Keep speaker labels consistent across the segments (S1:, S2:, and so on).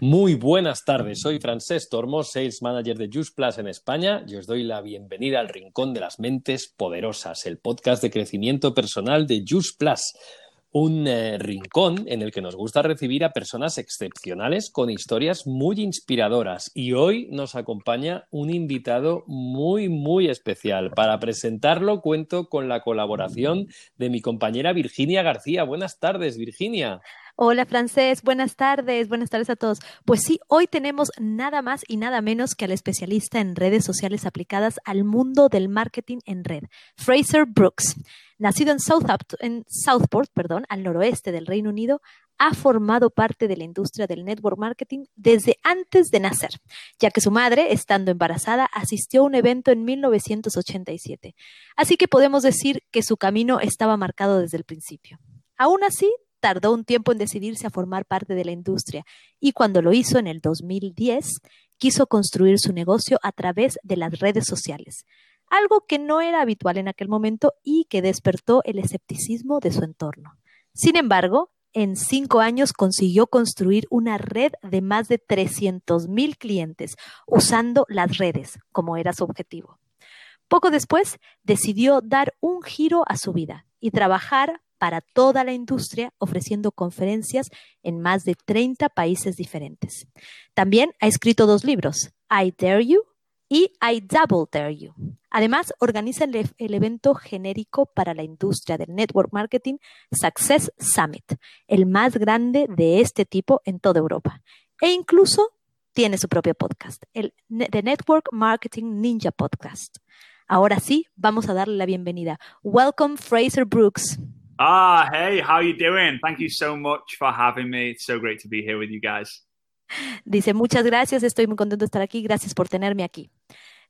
S1: Muy buenas tardes, soy Francés Tormo, Sales Manager de Just Plus en España y os doy la bienvenida al Rincón de las Mentes Poderosas, el podcast de crecimiento personal de Just Plus, un eh, rincón en el que nos gusta recibir a personas excepcionales con historias muy inspiradoras y hoy nos acompaña un invitado muy, muy especial. Para presentarlo cuento con la colaboración de mi compañera Virginia García. Buenas tardes, Virginia.
S2: Hola, Francés. Buenas tardes. Buenas tardes a todos. Pues sí, hoy tenemos nada más y nada menos que al especialista en redes sociales aplicadas al mundo del marketing en red, Fraser Brooks. Nacido en, Southapt en Southport, perdón, al noroeste del Reino Unido, ha formado parte de la industria del network marketing desde antes de nacer, ya que su madre, estando embarazada, asistió a un evento en 1987. Así que podemos decir que su camino estaba marcado desde el principio. Aún así, tardó un tiempo en decidirse a formar parte de la industria y cuando lo hizo en el 2010, quiso construir su negocio a través de las redes sociales, algo que no era habitual en aquel momento y que despertó el escepticismo de su entorno. Sin embargo, en cinco años consiguió construir una red de más de 300.000 clientes usando las redes, como era su objetivo. Poco después, decidió dar un giro a su vida y trabajar para toda la industria, ofreciendo conferencias en más de 30 países diferentes. También ha escrito dos libros, I Dare You y I Double Dare You. Además, organiza el, e-, el, evento genérico para la industria del network marketing Success Summit, el más grande de este tipo en toda Europa. E incluso tiene su propio podcast, el The Network Marketing Ninja Podcast. Ahora sí, vamos a darle la bienvenida. Welcome, Fraser Brooks.
S3: Ah, hey, how you doing? Thank you so much for having me. It's so great to be here with you guys.
S2: Dice, muchas gracias, estoy muy contento de estar aquí, gracias por tenerme aquí.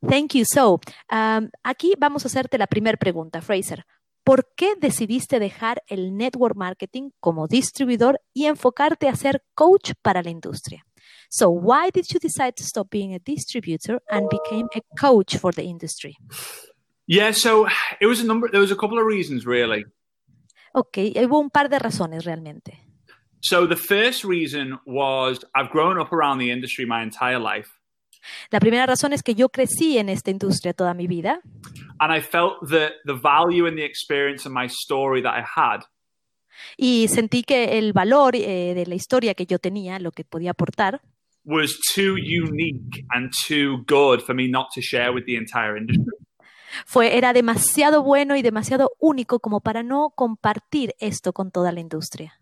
S2: Thank you. So, um, aquí vamos a hacerte la primera pregunta, Fraser. ¿Por qué decidiste dejar el network marketing como distribuidor y enfocarte a ser coach para la industria? So, why did you decide to stop being a distributor and became a coach for the industry?
S3: Yeah, so it was a number, there was a couple of reasons really.
S2: Ok, hubo un par de razones realmente.
S3: So the first reason was I've grown up around the industry my entire life.
S2: La primera razón es que yo crecí en esta industria toda mi vida.
S3: And I felt the, the value and the experience and my story that I had.
S2: Y sentí que el valor eh, de la historia que yo tenía, lo que podía aportar,
S3: was too unique and too good for me not to share with the entire industry.
S2: Fue, era demasiado bueno y demasiado único como para no compartir esto con toda la industria.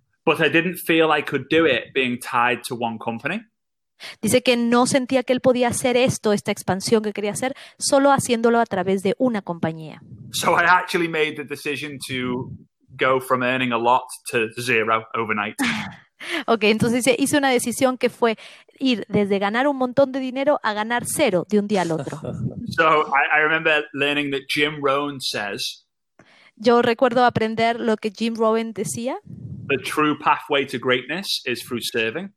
S2: Dice que no sentía que él podía hacer esto, esta expansión que quería hacer, solo haciéndolo a través de una compañía.
S3: So I actually made the decision to go from earning a lot to zero overnight.
S2: ok, entonces hice una decisión que fue ir desde ganar un montón de dinero a ganar cero de un día al otro.
S3: So I, I remember learning that Jim Rohn says.
S2: Yo recuerdo aprender lo que Jim Rohn decía.
S3: The true pathway to greatness is through serving.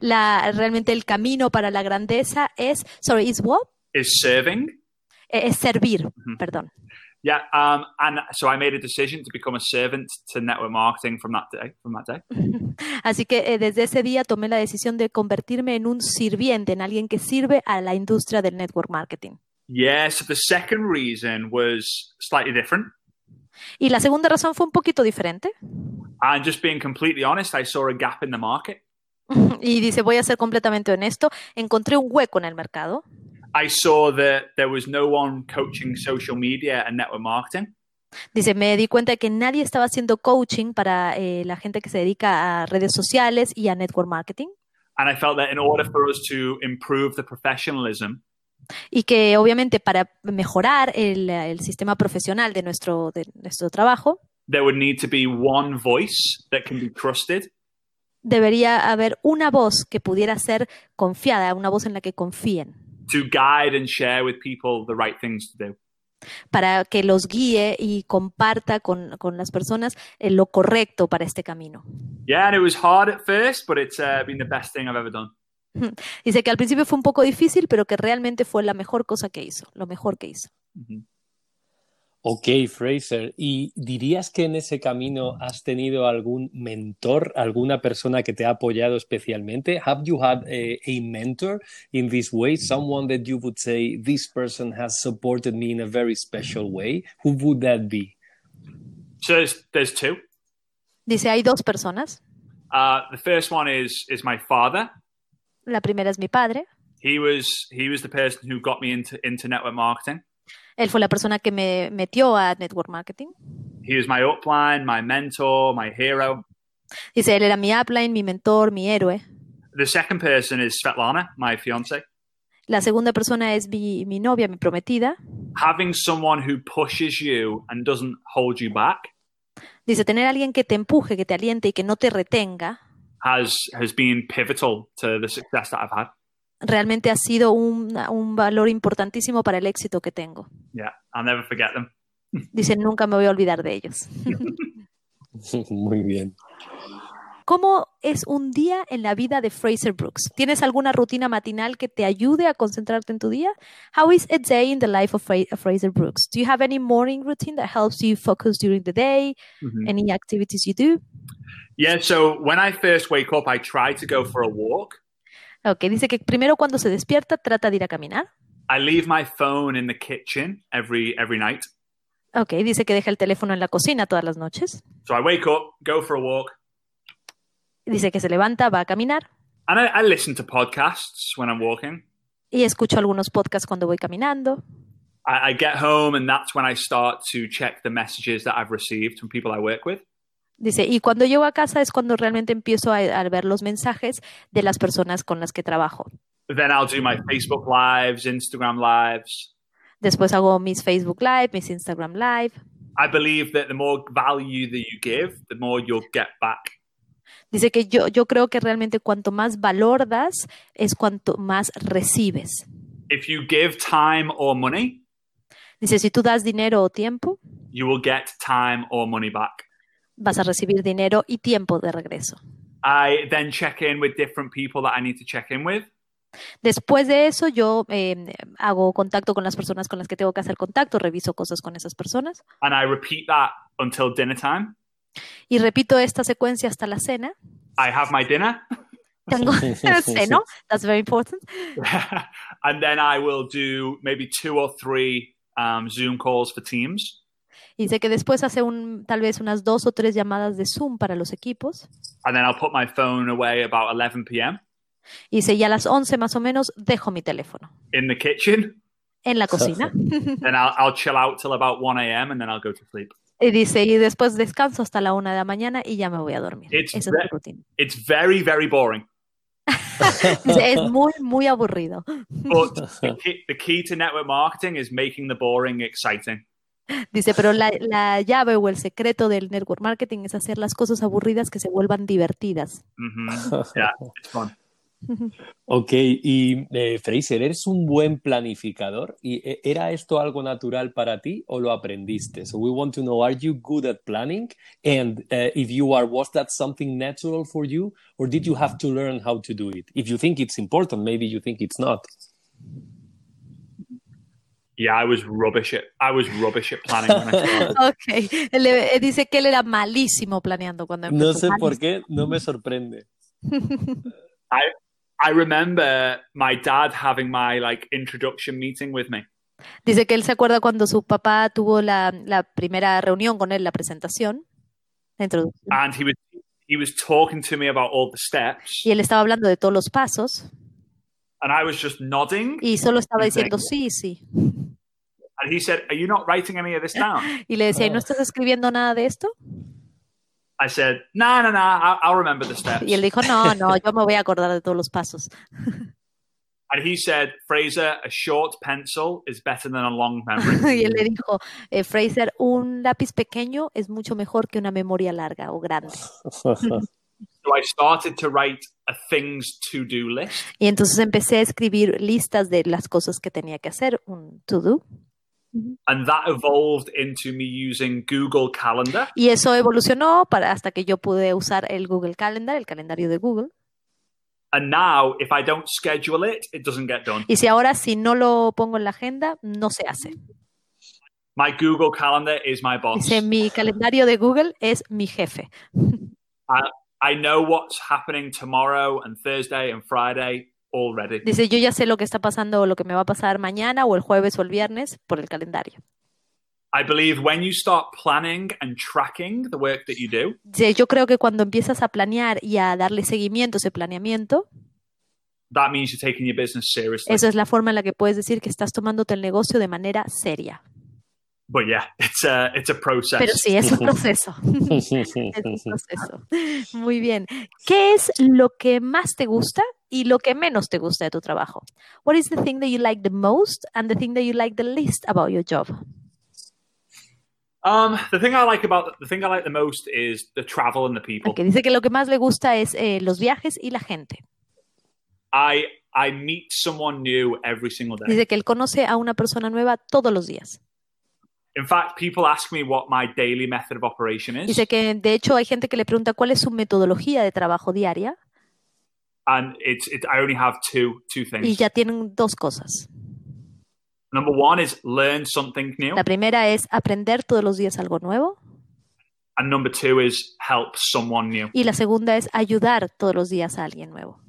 S2: La realmente el camino para la grandeza es sorry is what?
S3: Is serving.
S2: Es servir, mm -hmm. perdón.
S3: Yeah, um, and so I made a decision to become a servant to network marketing from that day. From that day.
S2: Así que eh, desde ese día tomé la decisión de convertirme en un sirviente, en alguien que sirve a la industria del network marketing.
S3: Yeah, so the second reason was slightly different.
S2: Y la segunda razón fue un poquito diferente.
S3: And just being completely honest, I saw a gap in the market.
S2: y dice, voy a ser completamente honesto, encontré un hueco en el mercado.
S3: I saw that there was no one coaching social media and network marketing.
S2: Dice, me di cuenta de que nadie estaba haciendo coaching para eh, la gente que se dedica a redes sociales y a network marketing.
S3: And I felt that in order for us to improve the professionalism.
S2: Y que obviamente para mejorar el, el sistema profesional de nuestro, de nuestro trabajo.
S3: There would need to be one voice that can be trusted
S2: debería haber una voz que pudiera ser confiada, una voz en la que confíen.
S3: To guide and share with people the right things to do.
S2: Para que los guíe y comparta con, con las personas eh, lo correcto para este camino.
S3: Yeah, and it was hard at first, but it's uh, been the best thing I've ever done.
S2: Dice que al principio fue un
S3: Mm-hmm.
S2: poco difícil, pero que realmente fue la mejor cosa que hizo, lo mejor que hizo.
S1: Mm -hmm. Ok, Fraser. ¿Y dirías que en ese camino has tenido algún mentor, alguna persona que te ha apoyado especialmente? Have you had a, a mentor in this way? Someone that you would say this person has supported me in a very special way. Who would that be?
S3: So there's, there's two.
S2: Dice, hay dos personas.
S3: Uh, the first one is is my father.
S2: La primera es mi padre.
S3: He was he was the person who got me into into network marketing.
S2: Él fue la persona que me metió a Network Marketing.
S3: He was my upline, my mentor, my hero.
S2: Dice, él era mi upline, mi mentor, mi héroe.
S3: The second person is Svetlana, my fiance.
S2: La segunda persona es mi, mi novia, mi prometida.
S3: Having someone who pushes you and doesn't hold you back
S2: Dice, tener alguien que te empuje, que te aliente y que no te retenga,
S3: has has been pivotal to the success that I've had.
S2: realmente ha sido un, un valor importantísimo para el éxito que tengo.
S3: Yeah, I'll never forget them.
S2: Dice, nunca me voy a olvidar de ellos.
S1: Muy bien.
S2: ¿Cómo es un día en la vida de Fraser Brooks? ¿Tienes alguna rutina matinal que te ayude a concentrarte en tu día? How is a day in the life of Fra- Fraser Brooks? Do you have any morning routine that helps you focus during the day?
S3: Mhm.
S2: Any activities you do?
S3: Yeah, so when I first wake up, I try to go for a walk.
S2: Ok, dice que primero cuando se despierta trata de ir a caminar.
S3: I leave my phone in the kitchen every every night.
S2: Ok, dice que deja el teléfono en la cocina todas las noches.
S3: So I wake up, go for a walk,
S2: Dice que se levanta, va a caminar
S3: and I, I listen to podcasts when I'm walking.
S2: y escucho algunos podcasts cuando voy caminando.
S3: I, I get home, and that's when I start to check the messages that I've received from people I work with.
S2: Dice, y cuando llego a casa es cuando realmente empiezo a, a ver los mensajes de las personas con las que trabajo.
S3: Then I'll do my Facebook lives, Instagram lives.
S2: Después hago mis Facebook Live, mis Instagram Live.
S3: I believe that the more value that you give, the more you'll get back.
S2: Dice que yo, yo creo que realmente cuanto más valor das es cuanto más recibes.
S3: If you give time or money,
S2: Dice, si tú das dinero o tiempo,
S3: you will get time or money back.
S2: vas a recibir dinero y tiempo de regreso.
S3: I then check in with different people that I need to check in with.
S2: Después de eso, yo eh, hago contacto con las personas con las que tengo que hacer contacto, reviso cosas con esas personas
S3: And I repeat that until dinner time.
S2: y repito esta secuencia hasta la cena.
S3: I have my dinner.
S2: Tengo el seno, that's very important.
S3: and then I will do maybe two or three um, Zoom calls for teams.
S2: Y sé que después hace un, tal vez unas dos o tres llamadas de Zoom para los equipos.
S3: And then I'll put my phone away about 11 p.m.
S2: Y dice, ya a las 11 más o menos dejo mi teléfono
S3: in the kitchen.
S2: en la cocina.
S3: Then I'll, I'll chill out till about 1 a.m. and then I'll go to sleep.
S2: Y dice, y después descanso hasta la una de la mañana y ya me voy a dormir.
S3: It's
S2: Esa es
S3: ve-
S2: mi rutina.
S3: It's very, very boring.
S2: Dice, es muy, muy aburrido.
S3: But the, key, the key to network marketing is making the boring exciting.
S2: Dice, pero la, la llave o el secreto del network marketing es hacer las cosas aburridas que se vuelvan divertidas.
S3: hmm Yeah, it's fun.
S1: Ok, y eh, Fraser, ¿eres un buen planificador? ¿Y eh, era esto algo natural para ti o lo aprendiste? So we want to know, are you good at planning? And eh, if you are, was that something natural for you? Or did you have to learn how to do it? If you think it's important, maybe you think it's not.
S3: Yeah, I was rubbish at I was rubbish at planning. When I started.
S2: Ok, Él, eh, dice que él era malísimo planeando cuando empezó.
S1: No sé por
S2: Malísimo.
S1: qué, no me sorprende.
S3: I remember my dad having my like introduction meeting with me,
S2: Dice que él se acuerda cuando su papá tuvo la, la primera reunión con él, la presentación, la introducción.
S3: and he was he was talking to me about all the steps,
S2: Y él estaba hablando de todos los pasos
S3: and I was just nodding.
S2: y solo estaba diciendo
S3: Exacto.
S2: sí, sí.
S3: And he said, "Are you not writing any of this down?"
S2: Y le decía, ¿y no
S1: Ah.
S2: estás escribiendo nada de esto?
S3: I said, "No, no, no. I'll, I'll remember the steps."
S2: Y él dijo, no, no, yo me voy a acordar de todos los pasos.
S3: And he said, "Fraser, a short pencil is better than a long memory."
S2: Y él le dijo, eh, Fraser, un lápiz pequeño es mucho mejor que una memoria larga o grande.
S3: so I started to write a things to do list,
S2: Y entonces empecé a escribir listas de las cosas que tenía que hacer, un to-do.
S3: and that evolved into me using Google Calendar.
S2: Y eso evolucionó para, hasta que yo pude usar el Google Calendar, el calendario de Google.
S3: And now, if I don't schedule it, it doesn't get done.
S2: Y si ahora si no lo pongo en la agenda, no se hace.
S3: My Google Calendar is my boss.
S2: Dice, mi calendario de Google es mi jefe.
S3: I know what's happening tomorrow and Thursday and Friday already.
S2: Dice, yo ya sé lo que está pasando o lo que me va a pasar mañana o el jueves o el viernes por el calendario.
S3: I believe when you start planning and tracking the work that you do,
S2: Dice, yo creo que cuando empiezas a planear y a darle seguimiento a ese planeamiento,
S3: that means you're taking your business seriously.
S2: eso es la forma en la que puedes decir que estás tomándote el negocio de manera seria.
S3: but yeah, it's a it's a process.
S2: Pero sí, es un proceso. Es un proceso. Muy bien. ¿Qué es lo que más te gusta y lo que menos te gusta de tu trabajo? What is the thing that you like the most and the thing that you like the least about your job?
S3: Um, the thing I like about the thing I like the most is the travel and the people.
S2: Que dice que lo que más le gusta es eh, los viajes y la gente.
S3: I I meet someone new every single day.
S2: Dice que él conoce a una persona nueva todos los días.
S3: In fact, people ask me what my daily method of operation is,
S2: Dice que de hecho hay gente que le pregunta cuál es su metodología de trabajo diaria
S3: and it's it, I only have two two
S2: y
S3: things.
S2: ya tienen dos cosas.
S3: Number one is learn something new,
S2: La primera es aprender todos los días algo nuevo
S3: and number two is help someone new.
S2: y la segunda es ayudar todos los días a alguien nuevo.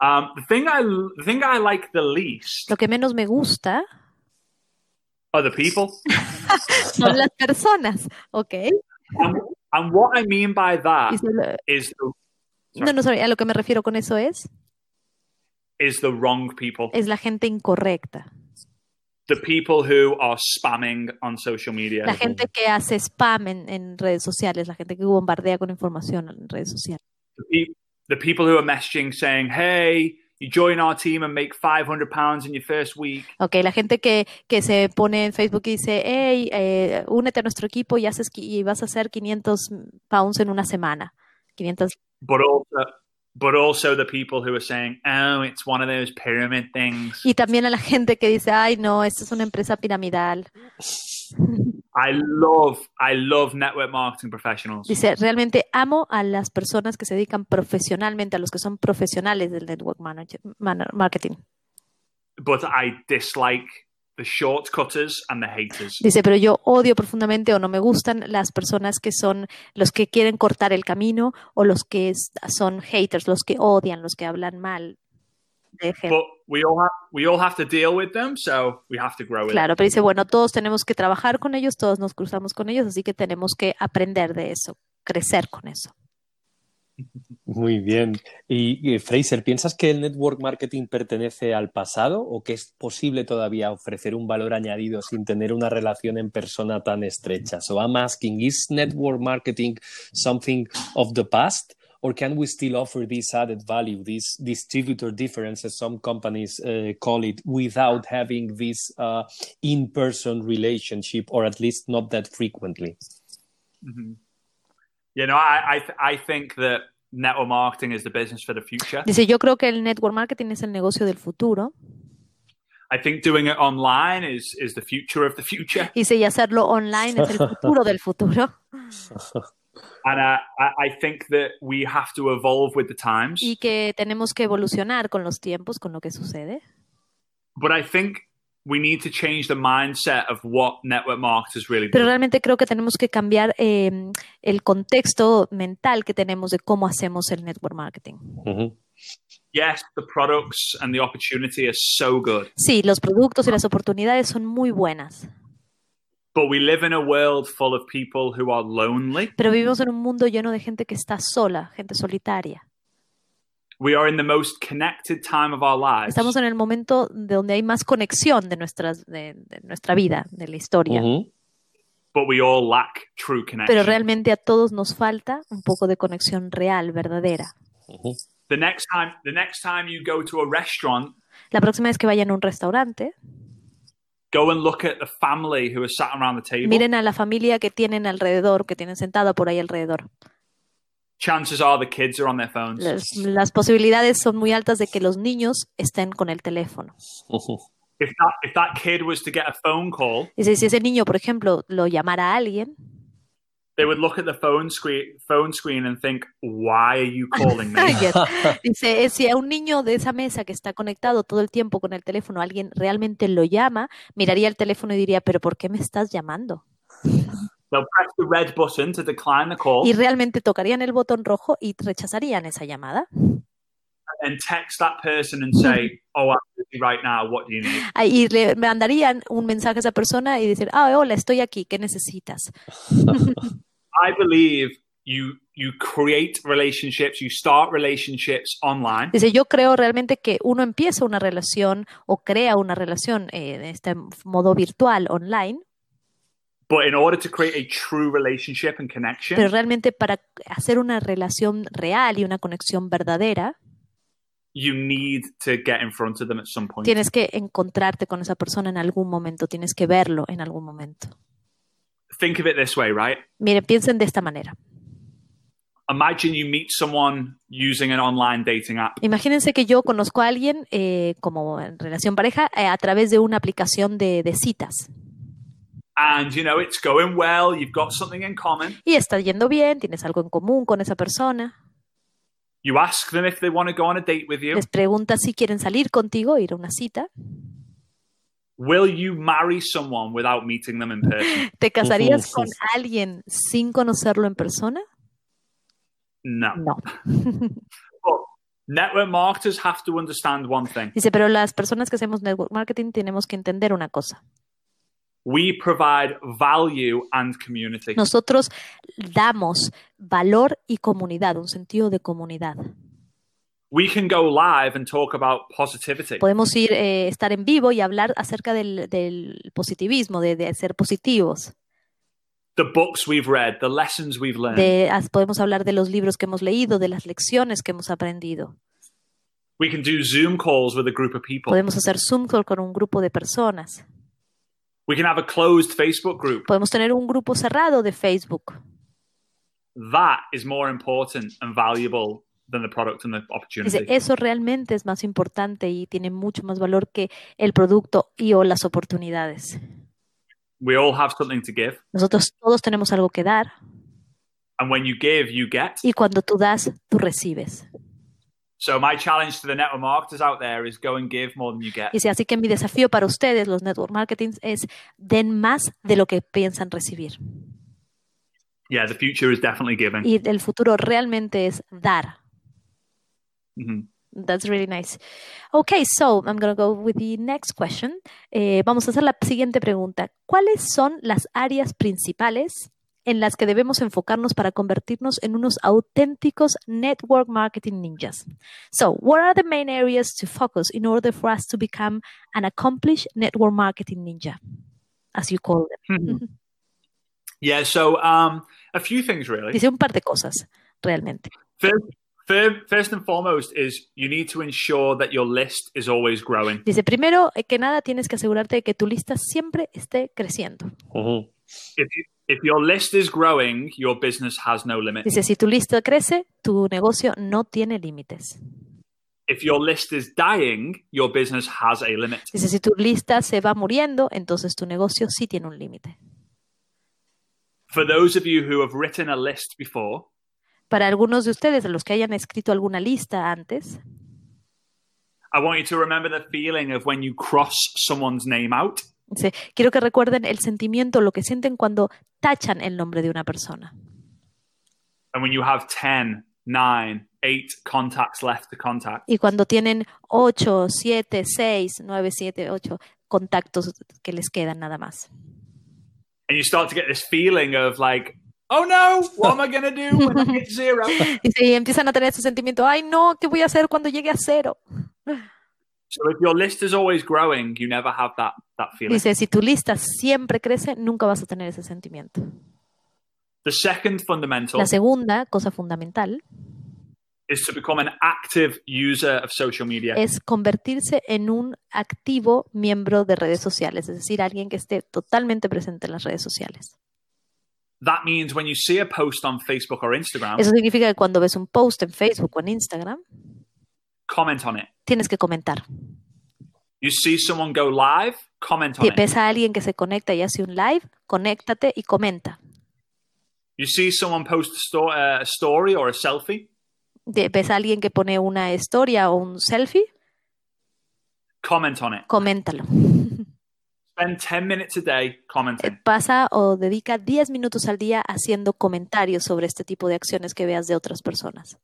S3: Um, the thing I the thing I like the least
S2: Lo que menos me gusta
S3: are the people,
S2: son las personas, ¿ok?
S3: and, and what I mean by that
S2: Y solo-
S3: is the,
S2: no, no, sorry, a lo que me refiero con eso es,
S3: is the wrong people,
S2: es la gente incorrecta,
S3: the people who are spamming on social media.
S2: la gente que hace spam en, en redes sociales, la gente que bombardea con información en redes sociales,
S3: the pe- the people who are messaging saying, "Hey, you join our team and make five hundred pounds in your first week."
S2: ¿ok? La gente que, que se pone en Facebook y dice, hey, eh, únete a nuestro equipo y, haces, qui- y vas a hacer 500 pounds en una semana. 500,
S3: But also, but also the people who are saying, "Oh, it's one of those pyramid things."
S2: y también a la gente que dice, ay, no, esta es una empresa piramidal.
S3: I love, I love network marketing professionals.
S2: Dice, realmente amo a las personas que se dedican profesionalmente, a los que son profesionales del network manage- man- marketing.
S3: but I dislike the shortcutters and the haters.
S2: Dice, pero yo odio profundamente o no me gustan las personas que son los que quieren cortar el camino o los que es- son haters, los que odian, los que hablan mal de gente.
S3: But we all have, we all have to deal with them, so we have to grow with
S2: Claro, pero dice, bueno, todos tenemos que trabajar con ellos, todos nos cruzamos con ellos, así que tenemos que aprender de eso, crecer con eso.
S1: Muy bien. Y, y, Fraser, ¿piensas que el network marketing pertenece al pasado o que es posible todavía ofrecer un valor añadido sin tener una relación en persona tan estrecha? So I'm asking, is network marketing something of the past? Or can we still offer this added value, this distributor difference, as some companies uh, call it, without having this uh, in-person relationship, or at least not that frequently?
S3: it. hmm You know, I I, th- I think that network marketing is the business for the future.
S2: Dice, yo creo que el network marketing es el negocio del futuro.
S3: I think doing it online is is the future of the future,
S2: Dice, y hacerlo online es el futuro del futuro.
S3: and uh, I I think that we have to evolve with the times.
S2: y que tenemos que evolucionar con los tiempos, con lo que sucede.
S3: But I think we need to change the mindset of what network marketers really
S2: Pero
S3: do.
S2: realmente creo que tenemos que cambiar eh, el contexto mental que tenemos de cómo hacemos el network marketing.
S1: Ujú.
S3: Yes, the products and the opportunity are so good.
S2: Sí, los productos y las oportunidades son muy buenas,
S3: But we live in a world full of people who are lonely.
S2: pero vivimos en un mundo lleno de gente que está sola, gente solitaria.
S3: We are in the most connected time of our lives.
S2: Estamos en el momento de donde hay más conexión de, nuestras, de, de nuestra vida, de la historia,
S1: Ujú.
S3: But we all lack true
S2: pero
S3: connection.
S2: realmente a todos nos falta un poco de conexión real, verdadera.
S1: Mm-hmm.
S3: the next time the next time you go to a restaurant,
S2: La próxima vez que vayan a un restaurante,
S3: go and look at the family who are sat around the table.
S2: Miren a la familia que tienen alrededor, que tienen sentada por ahí alrededor.
S3: Chances are the kids are on their phones.
S2: Las, las posibilidades son muy altas de que los niños estén con el teléfono.
S1: Ujú.
S3: If that if that kid was to get a phone call,
S2: Dice, si ese niño, por ejemplo, lo llamara a alguien,
S3: they would look at the phone screen, phone screen and think, "Why are you calling me?"
S2: Yes. Dice, eh, si a un niño de esa mesa que está conectado todo el tiempo con el teléfono, alguien realmente lo llama, miraría el teléfono y diría, pero ¿por qué me estás llamando?
S3: They'll press the red button to decline the call
S2: Y realmente tocarían el botón rojo y rechazarían esa llamada.
S3: and text that person and say, "Oh, I'm busy right now. What do you need?"
S2: Ah, Y le mandarían un mensaje a esa persona y decir, ah, hola, estoy aquí, ¿qué necesitas?
S3: I believe you you create relationships, you start relationships online.
S2: Dice, yo creo realmente que uno empieza una relación o crea una relación eh, de este modo virtual, online,
S3: But in order to create a true relationship and connection,
S2: pero realmente para hacer una relación real y una conexión verdadera,
S3: you need to get in front of them at some point.
S2: tienes que encontrarte con esa persona en algún momento, tienes que verlo en algún momento.
S3: Think of it this way, right?
S2: Mire, piensen de esta manera.
S3: Imagine you meet someone using an online dating app.
S2: Imagínense que yo conozco a alguien eh, como en relación pareja eh, a través de una aplicación de, de citas.
S3: and you know it's going well you've got something in common
S2: Y está yendo bien, tienes algo en común con esa persona.
S3: you ask them if they want to go on a date with you
S2: Les preguntas si quieren salir contigo, ir a una cita.
S3: will you marry someone without meeting them in person
S2: ¿Te casarías
S1: Ujú.
S2: con alguien sin conocerlo en persona?
S3: no
S2: No.
S3: network marketers have to understand one thing
S2: Dice, pero las personas que hacemos network marketing tenemos que entender una cosa.
S3: we provide value and community
S2: Nosotros damos valor y comunidad, un sentido de comunidad.
S3: we can go live and talk about positivity
S2: Podemos ir, eh, estar en vivo y hablar acerca del, del positivismo, de, de ser positivos.
S3: the books we've read the lessons we've learned
S2: De- as- podemos hablar de los libros que hemos leído, de las lecciones que hemos aprendido.
S3: we can do zoom calls with a group of people
S2: Podemos hacer Zoom call con un grupo de personas.
S3: we can have a closed facebook group
S2: Podemos tener un grupo cerrado de Facebook.
S3: that is more important and valuable than the product and the opportunity
S2: Dice, eso realmente es más importante y tiene mucho más valor que el producto y o las oportunidades.
S3: we all have something to give
S2: Nosotros todos tenemos algo que dar
S3: And when you give, you get.
S2: y cuando tú das, tú recibes.
S3: So my challenge to the network marketers out there is go and give more than you get.
S2: Dice, así que mi desafío para ustedes, los network marketing, es den más de lo que piensan recibir.
S3: Yeah, the future is definitely giving.
S2: Y el futuro realmente es dar.
S3: Mhm.
S2: That's really nice. Okay, so I'm going to go with the next question. Eh, vamos a hacer la siguiente pregunta. ¿Cuáles son las áreas principales en las que debemos enfocarnos para convertirnos en unos auténticos network marketing ninjas? So, what are the main areas to focus in order for us to become an accomplished network marketing ninja, as you call them?
S3: Mm-hmm. Yeah. So um, a few things really.
S2: Dice un par de cosas, realmente.
S3: First, fir- first and foremost is you need to ensure that your list is always growing.
S2: Dice, primero eh, que nada, tienes que asegurarte de que tu lista siempre esté creciendo.
S1: Ujú.
S3: If you, if your list is growing, your business has no limit.
S2: Dice, si tu lista crece, tu negocio no tiene límites.
S3: If your list is dying, your business has a limit.
S2: Dice, si tu lista se va muriendo, entonces tu negocio sí tiene un límite.
S3: For those of you who have written a list before,
S2: Para algunos de ustedes, los que hayan escrito alguna lista antes,
S3: I want you to remember the feeling of when you cross someone's name out.
S2: dice, quiero que recuerden el sentimiento, lo que sienten cuando tachan el nombre de una persona.
S3: And when you have 10, 9, 8 contacts left to contact,
S2: Y cuando tienen 8, 7, 6, 9, 7, 8 contactos que les quedan nada más.
S3: and you start to get this feeling of like, oh no, what am I going to do when I hit zero?
S2: Dice, y empiezan a tener ese sentimiento, ay no, ¿qué voy a hacer cuando llegue a cero?
S3: So if your list is always growing, you never have that, that feeling.
S2: Dice, si tu lista siempre crece, nunca vas a tener ese sentimiento.
S3: The second fundamental
S2: La segunda cosa fundamental
S3: is to become an active user of social media.
S2: es convertirse en un activo miembro de redes sociales, es decir, alguien que esté totalmente presente en las redes sociales.
S3: That means when you see a post on Facebook or Instagram,
S2: Eso significa que cuando ves un post en Facebook o en Instagram,
S3: comment on it.
S2: tienes que comentar.
S3: You see someone go live, comment on
S2: Si
S3: it.
S2: ves a alguien que se conecta y hace un live, conéctate y comenta.
S3: You see someone post a, sto- uh, a story or a selfie,
S2: De- ves a alguien que pone una historia o un selfie,
S3: comment on it.
S2: coméntalo.
S3: Spend 10 minutes a day commenting.
S2: Pasa o dedica 10 minutos al día haciendo comentarios sobre este tipo de acciones que veas de otras personas.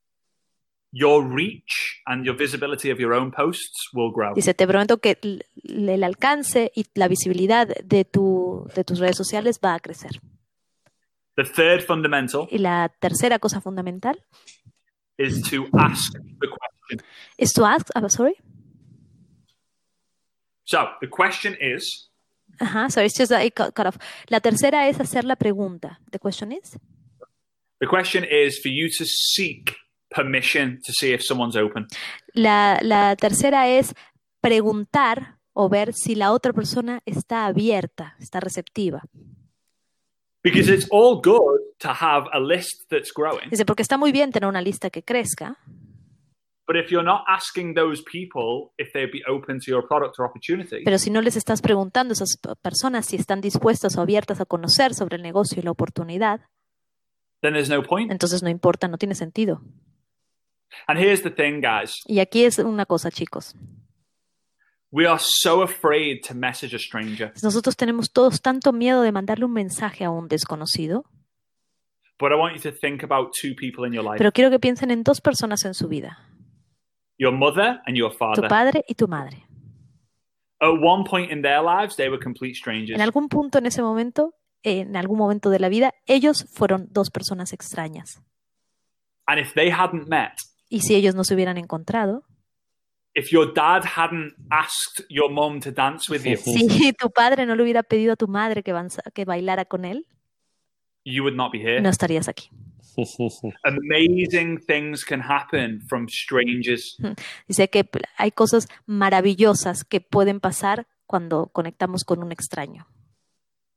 S3: Your reach and your visibility of your own posts will grow.
S2: Dice, te prometo que l- el alcance y la visibilidad de, tu, de tus redes sociales va a crecer.
S3: The third fundamental
S2: Y la tercera cosa fundamental
S3: is to ask the question.
S2: es to ask, ah, sorry,
S3: So the question is
S2: Ajá, sorry, it's just that it got- cut off. La tercera es hacer la pregunta. The question is,
S3: the question is for you to seek permission to see if someone's open.
S2: la, la tercera es preguntar o ver si la otra persona está abierta, está receptiva.
S3: Because it's all good to have a list that's growing.
S2: Dice, porque está muy bien tener una lista que crezca,
S3: But if you're not asking those people if they'd be open to your product or opportunity,
S2: pero si no les estás preguntando a esas p- personas si están dispuestas o abiertas a conocer sobre el negocio y la oportunidad,
S3: then there's no point.
S2: entonces no importa, no tiene sentido.
S3: And here's the thing, guys
S2: Y aquí es una cosa, chicos.
S3: we are so afraid to message a stranger.
S2: Nosotros tenemos todos tanto miedo de mandarle un mensaje a un desconocido,
S3: But I want you to think about two people in your life
S2: pero quiero que piensen en dos personas en su vida.
S3: your mother and your
S2: tu
S3: father.
S2: padre y tu madre.
S3: At one point in their lives, they were complete strangers.
S2: En algún punto en ese momento, en algún momento de la vida, ellos fueron dos personas extrañas.
S3: And if they hadn't met,
S2: Y si ellos no se hubieran encontrado,
S3: if your dad hadn't asked your mom to dance with you,
S2: si tu padre no le hubiera pedido a tu madre que, banza- que bailara con él,
S3: you would not be here.
S2: no estarías aquí.
S1: Mm-hmm.
S3: Amazing things can happen from strangers.
S2: Dice que pl- hay cosas maravillosas que pueden pasar cuando conectamos con un extraño.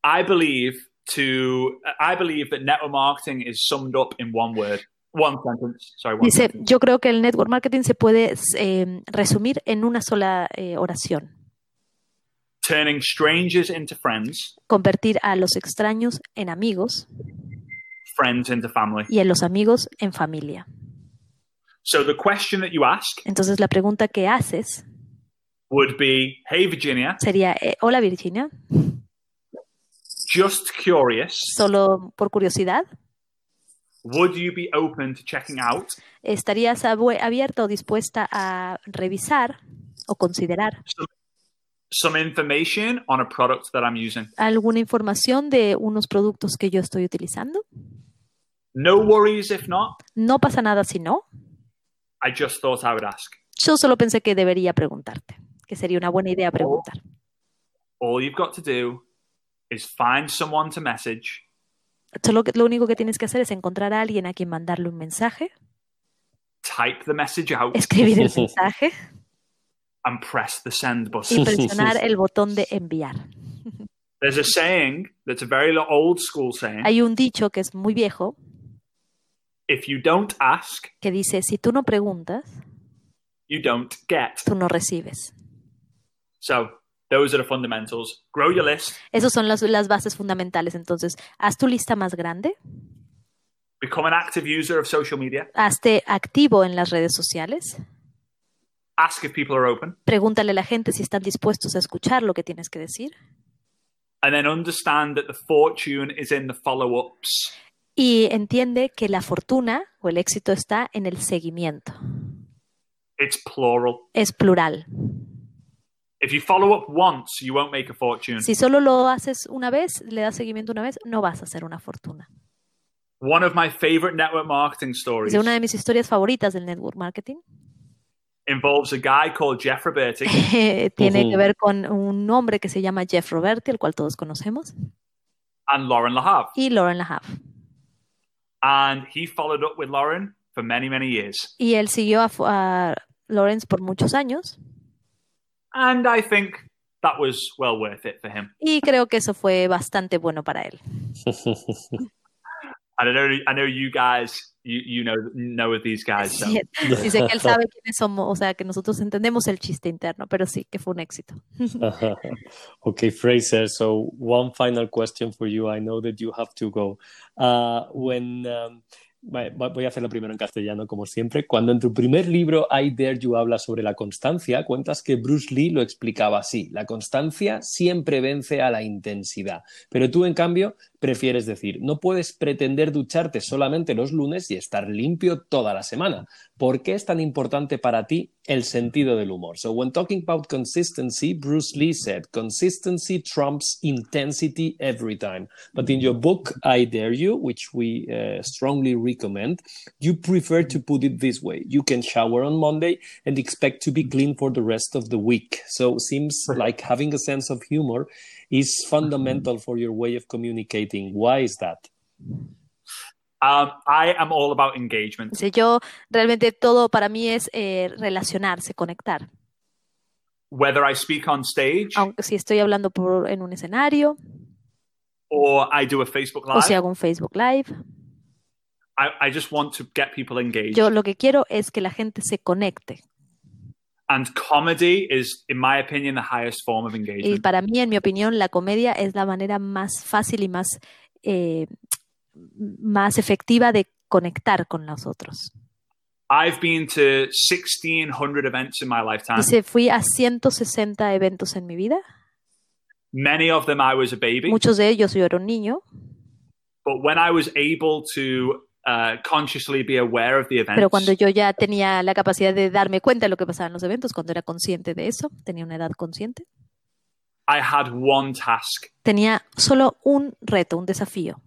S3: I believe to I believe that network marketing is summed up in one word, one sentence. Sorry, one
S2: Dice,
S3: sentence.
S2: yo creo que el network marketing se puede s- eh, resumir en una sola eh, oración.
S3: Turning strangers into friends,
S2: Convertir a los extraños en amigos
S3: friends into family.
S2: y a los amigos en familia.
S3: So the question that you ask
S2: Entonces la pregunta que haces
S3: would be, "Hey Virginia,
S2: sería, eh, hola Virginia,
S3: just curious,
S2: solo por curiosidad,
S3: would you be open to checking out
S2: ¿estarías abue- abierta o dispuesta a revisar o considerar
S3: some information on a product that I'm using?"
S2: alguna información de unos productos que yo estoy utilizando?
S3: No worries if not.
S2: No pasa nada si no.
S3: I just thought I would ask.
S2: Yo solo pensé que debería preguntarte, que sería una buena idea preguntar.
S3: All you've got to do is find someone to message,
S2: Solo que- lo único que tienes que hacer es encontrar a alguien a quien mandarle un mensaje,
S3: type the message out,
S2: escribir el mensaje
S3: and press the send button.
S2: y presionar el botón de enviar.
S3: There's a saying that's a very lo- old school saying.
S2: Hay un dicho que es muy viejo
S3: If you don't ask,
S2: que dice, si tú no preguntas,
S3: you don't get.
S2: tú no recibes.
S3: So those are the fundamentals. Grow your list,
S2: Esas son las, las bases fundamentales. Entonces, haz tu lista más grande,
S3: become an active user of social media,
S2: hazte activo en las redes sociales,
S3: ask if people are open,
S2: pregúntale a la gente si están dispuestos a escuchar lo que tienes que decir
S3: and then understand that the fortune is in the follow ups.
S2: y entiende que la fortuna o el éxito está en el seguimiento.
S3: It's plural.
S2: Es plural.
S3: If you follow up once, you won't make a fortune.
S2: Si solo lo haces una vez, le das seguimiento una vez, no vas a hacer una fortuna.
S3: One of my favorite network marketing stories
S2: Dice, una de mis historias favoritas del network marketing
S3: involves a guy called Jeff Roberti
S2: tiene
S1: Ujú.
S2: que ver con un hombre que se llama Jeff Roberti, el cual todos conocemos,
S3: and Lauren Lahav.
S2: y Lauren Lahave.
S3: And he followed up with Lauren for many, many years.
S2: Y él siguió a, Fu- a Lawrence por muchos años
S3: And I think that was well worth it for him.
S2: y creo que eso fue bastante bueno para él.
S3: I don't know. I know you guys. You you know know of these guys. So.
S2: Sí, sí, sé que él sabe quiénes somos, o sea, que nosotros entendemos el chiste interno, pero sí, que fue un éxito.
S1: okay, Fraser. So one final question for you. I know that you have to go. Uh, when um, va- va- voy a hacerlo primero en castellano, como siempre. Cuando en tu primer libro I Dare You habla sobre la constancia, cuentas que Bruce Lee lo explicaba así: la constancia siempre vence a la intensidad. Pero tú, en cambio, prefieres decir, no puedes pretender ducharte solamente los lunes y estar limpio toda la semana. ¿Por qué es tan importante para ti el sentido del humor? So, when talking about consistency, Bruce Lee said, consistency trumps intensity every time. But in your book, I Dare You, which we uh, strongly recommend, you prefer to put it this way. You can shower on Monday and expect to be clean for the rest of the week. So, seems like having a sense of humor is fundamental for your way of communicating. Why is that?
S3: Um, I am all about engagement.
S2: Dice, yo realmente todo para mí es eh, relacionarse, conectar.
S3: Whether I speak on stage
S2: Aunque si estoy hablando por, en un escenario
S3: or I do a Facebook
S2: o si
S3: live,
S2: hago un Facebook Live,
S3: I, I just want to get people engaged.
S2: yo lo que quiero es que la gente se conecte.
S3: And comedy is, in my opinion, the highest form of
S2: Y
S3: engagement.
S2: para mí, en mi opinión, la comedia es la manera más fácil y más, eh, más efectiva de conectar con nosotros.
S3: I've been to 1,600 events in my lifetime.
S2: Dice, fui a 160 eventos en mi vida.
S3: Many of them I was a baby.
S2: Muchos de ellos yo era un niño,
S3: But when I was able to uh, consciously be aware of the events,
S2: pero cuando yo ya tenía la capacidad de darme cuenta de lo que pasaba en los eventos, cuando era consciente de eso, tenía una edad consciente,
S3: I had one task.
S2: tenía solo un reto, un desafío.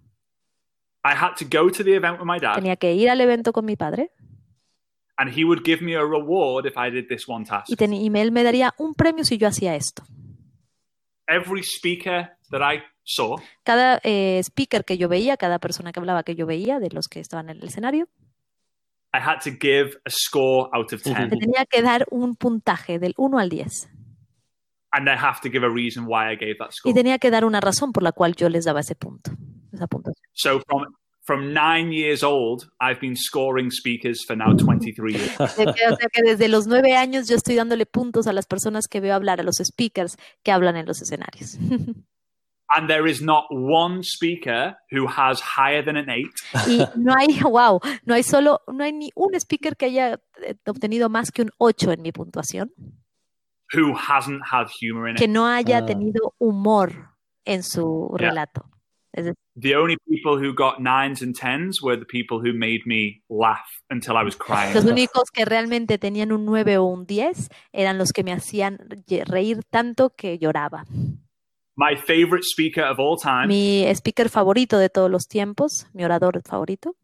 S3: I had to go to the event with my dad,
S2: Tenía que ir al evento con mi padre
S3: and he would give me a reward if I did this one task.
S2: y, ten- y él me daría un premio si yo hacía esto.
S3: Every speaker that I saw
S2: Cada eh, speaker que yo veía, cada persona que hablaba que yo veía, de los que estaban en el escenario,
S3: I had to give a score out of 10,
S2: le tenía que dar un puntaje del 1 al 10
S3: and I have to give a reason why I gave that score.
S2: y tenía que dar una razón por la cual yo les daba ese punto. Esa puntuación.
S3: So from from nine years old, I've been scoring speakers for now 23 years.
S2: De que- o sea, que desde los nueve años yo estoy dándole puntos a las personas que veo hablar, a los speakers que hablan en los escenarios.
S3: And there is not one speaker who has higher than an eight.
S2: Y no hay, wow, no hay solo, no hay ni un speaker que haya eh, obtenido más que un 8 en mi puntuación,
S3: who hasn't had humor in
S2: que
S3: it.
S2: no haya
S1: Ah.
S2: tenido humor en su
S3: Ya.
S2: relato. Es decir,
S3: The only people who got nines and tens were the people who made me laugh until I
S2: Los
S3: was crying.
S2: únicos que realmente tenían un 9 o un 10 eran los que me hacían ye- reír tanto que lloraba.
S3: My favorite speaker of all time
S2: Mi speaker favorito de todos los tiempos, mi orador favorito,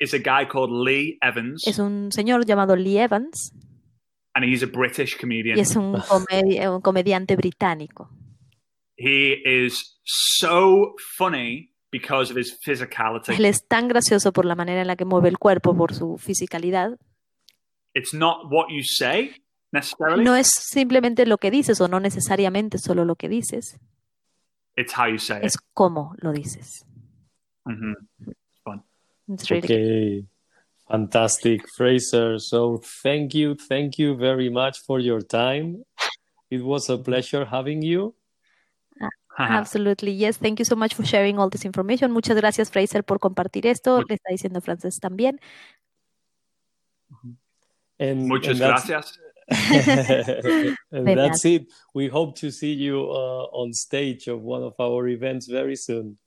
S3: is a guy called Lee Evans,
S2: es un señor llamado Lee Evans
S3: and he's a British comedian.
S2: y es un, comedi- un comediante británico.
S3: He is so funny because of his
S2: Él
S3: physicality.
S2: es tan gracioso por la manera en la que mueve el cuerpo, por su fisicalidad.
S3: It's not what you say necessarily,
S2: No es simplemente lo que dices o no necesariamente solo lo que dices,
S3: it's how you say it.
S2: es cómo lo dices.
S3: Mhm.
S2: It's really good.
S1: Okay. Fantastic, Fraser. So thank you, thank you very much for your time. It was a pleasure having you.
S2: Absolutely, yes. Thank you so much for sharing all this information. Muchas gracias, Fraser, por compartir esto.
S3: Much-
S2: Le está diciendo Frances también.
S1: And, and
S3: Muchas
S1: that's-
S3: gracias.
S1: and
S2: De
S1: that's it. We hope to see you uh, on stage of one of our events very soon.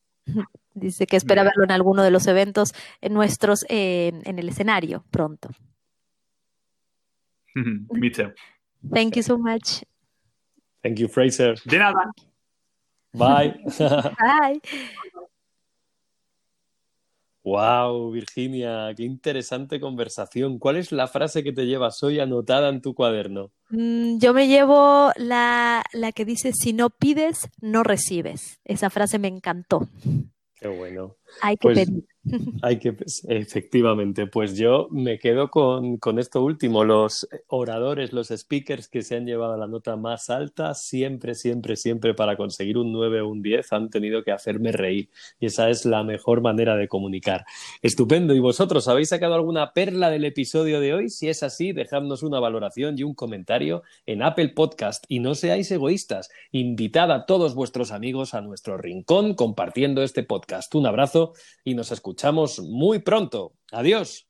S2: Dice que espera verlo en alguno de los eventos eh, nuestros eh, en el escenario pronto.
S3: Mhm. me too.
S2: Thank you so much.
S1: Thank you, Fraser.
S3: De nada.
S1: Bye.
S2: Bye.
S1: Wow, Virginia, qué interesante conversación. ¿Cuál es la frase que te llevas hoy anotada en tu cuaderno?
S2: Mm, Yo me llevo la, la que dice, si no pides, no recibes. Esa frase me encantó.
S1: Qué bueno.
S2: Hay que
S1: Pues-
S2: pedir.
S1: Hay que, pues, efectivamente, pues yo me quedo con, con, esto último. Los oradores, los speakers que se han llevado la nota más alta, siempre, siempre, siempre para conseguir un 9 o un 10 han tenido que hacerme reír. Y esa es la mejor manera de comunicar. Estupendo. ¿Y vosotros habéis sacado alguna perla del episodio de hoy? Si es así, dejadnos una valoración y un comentario en Apple Podcast. Y no seáis egoístas. Invitad a todos vuestros amigos a nuestro rincón compartiendo este podcast. Un abrazo y nos escuchamos escuchamos muy pronto. Adiós.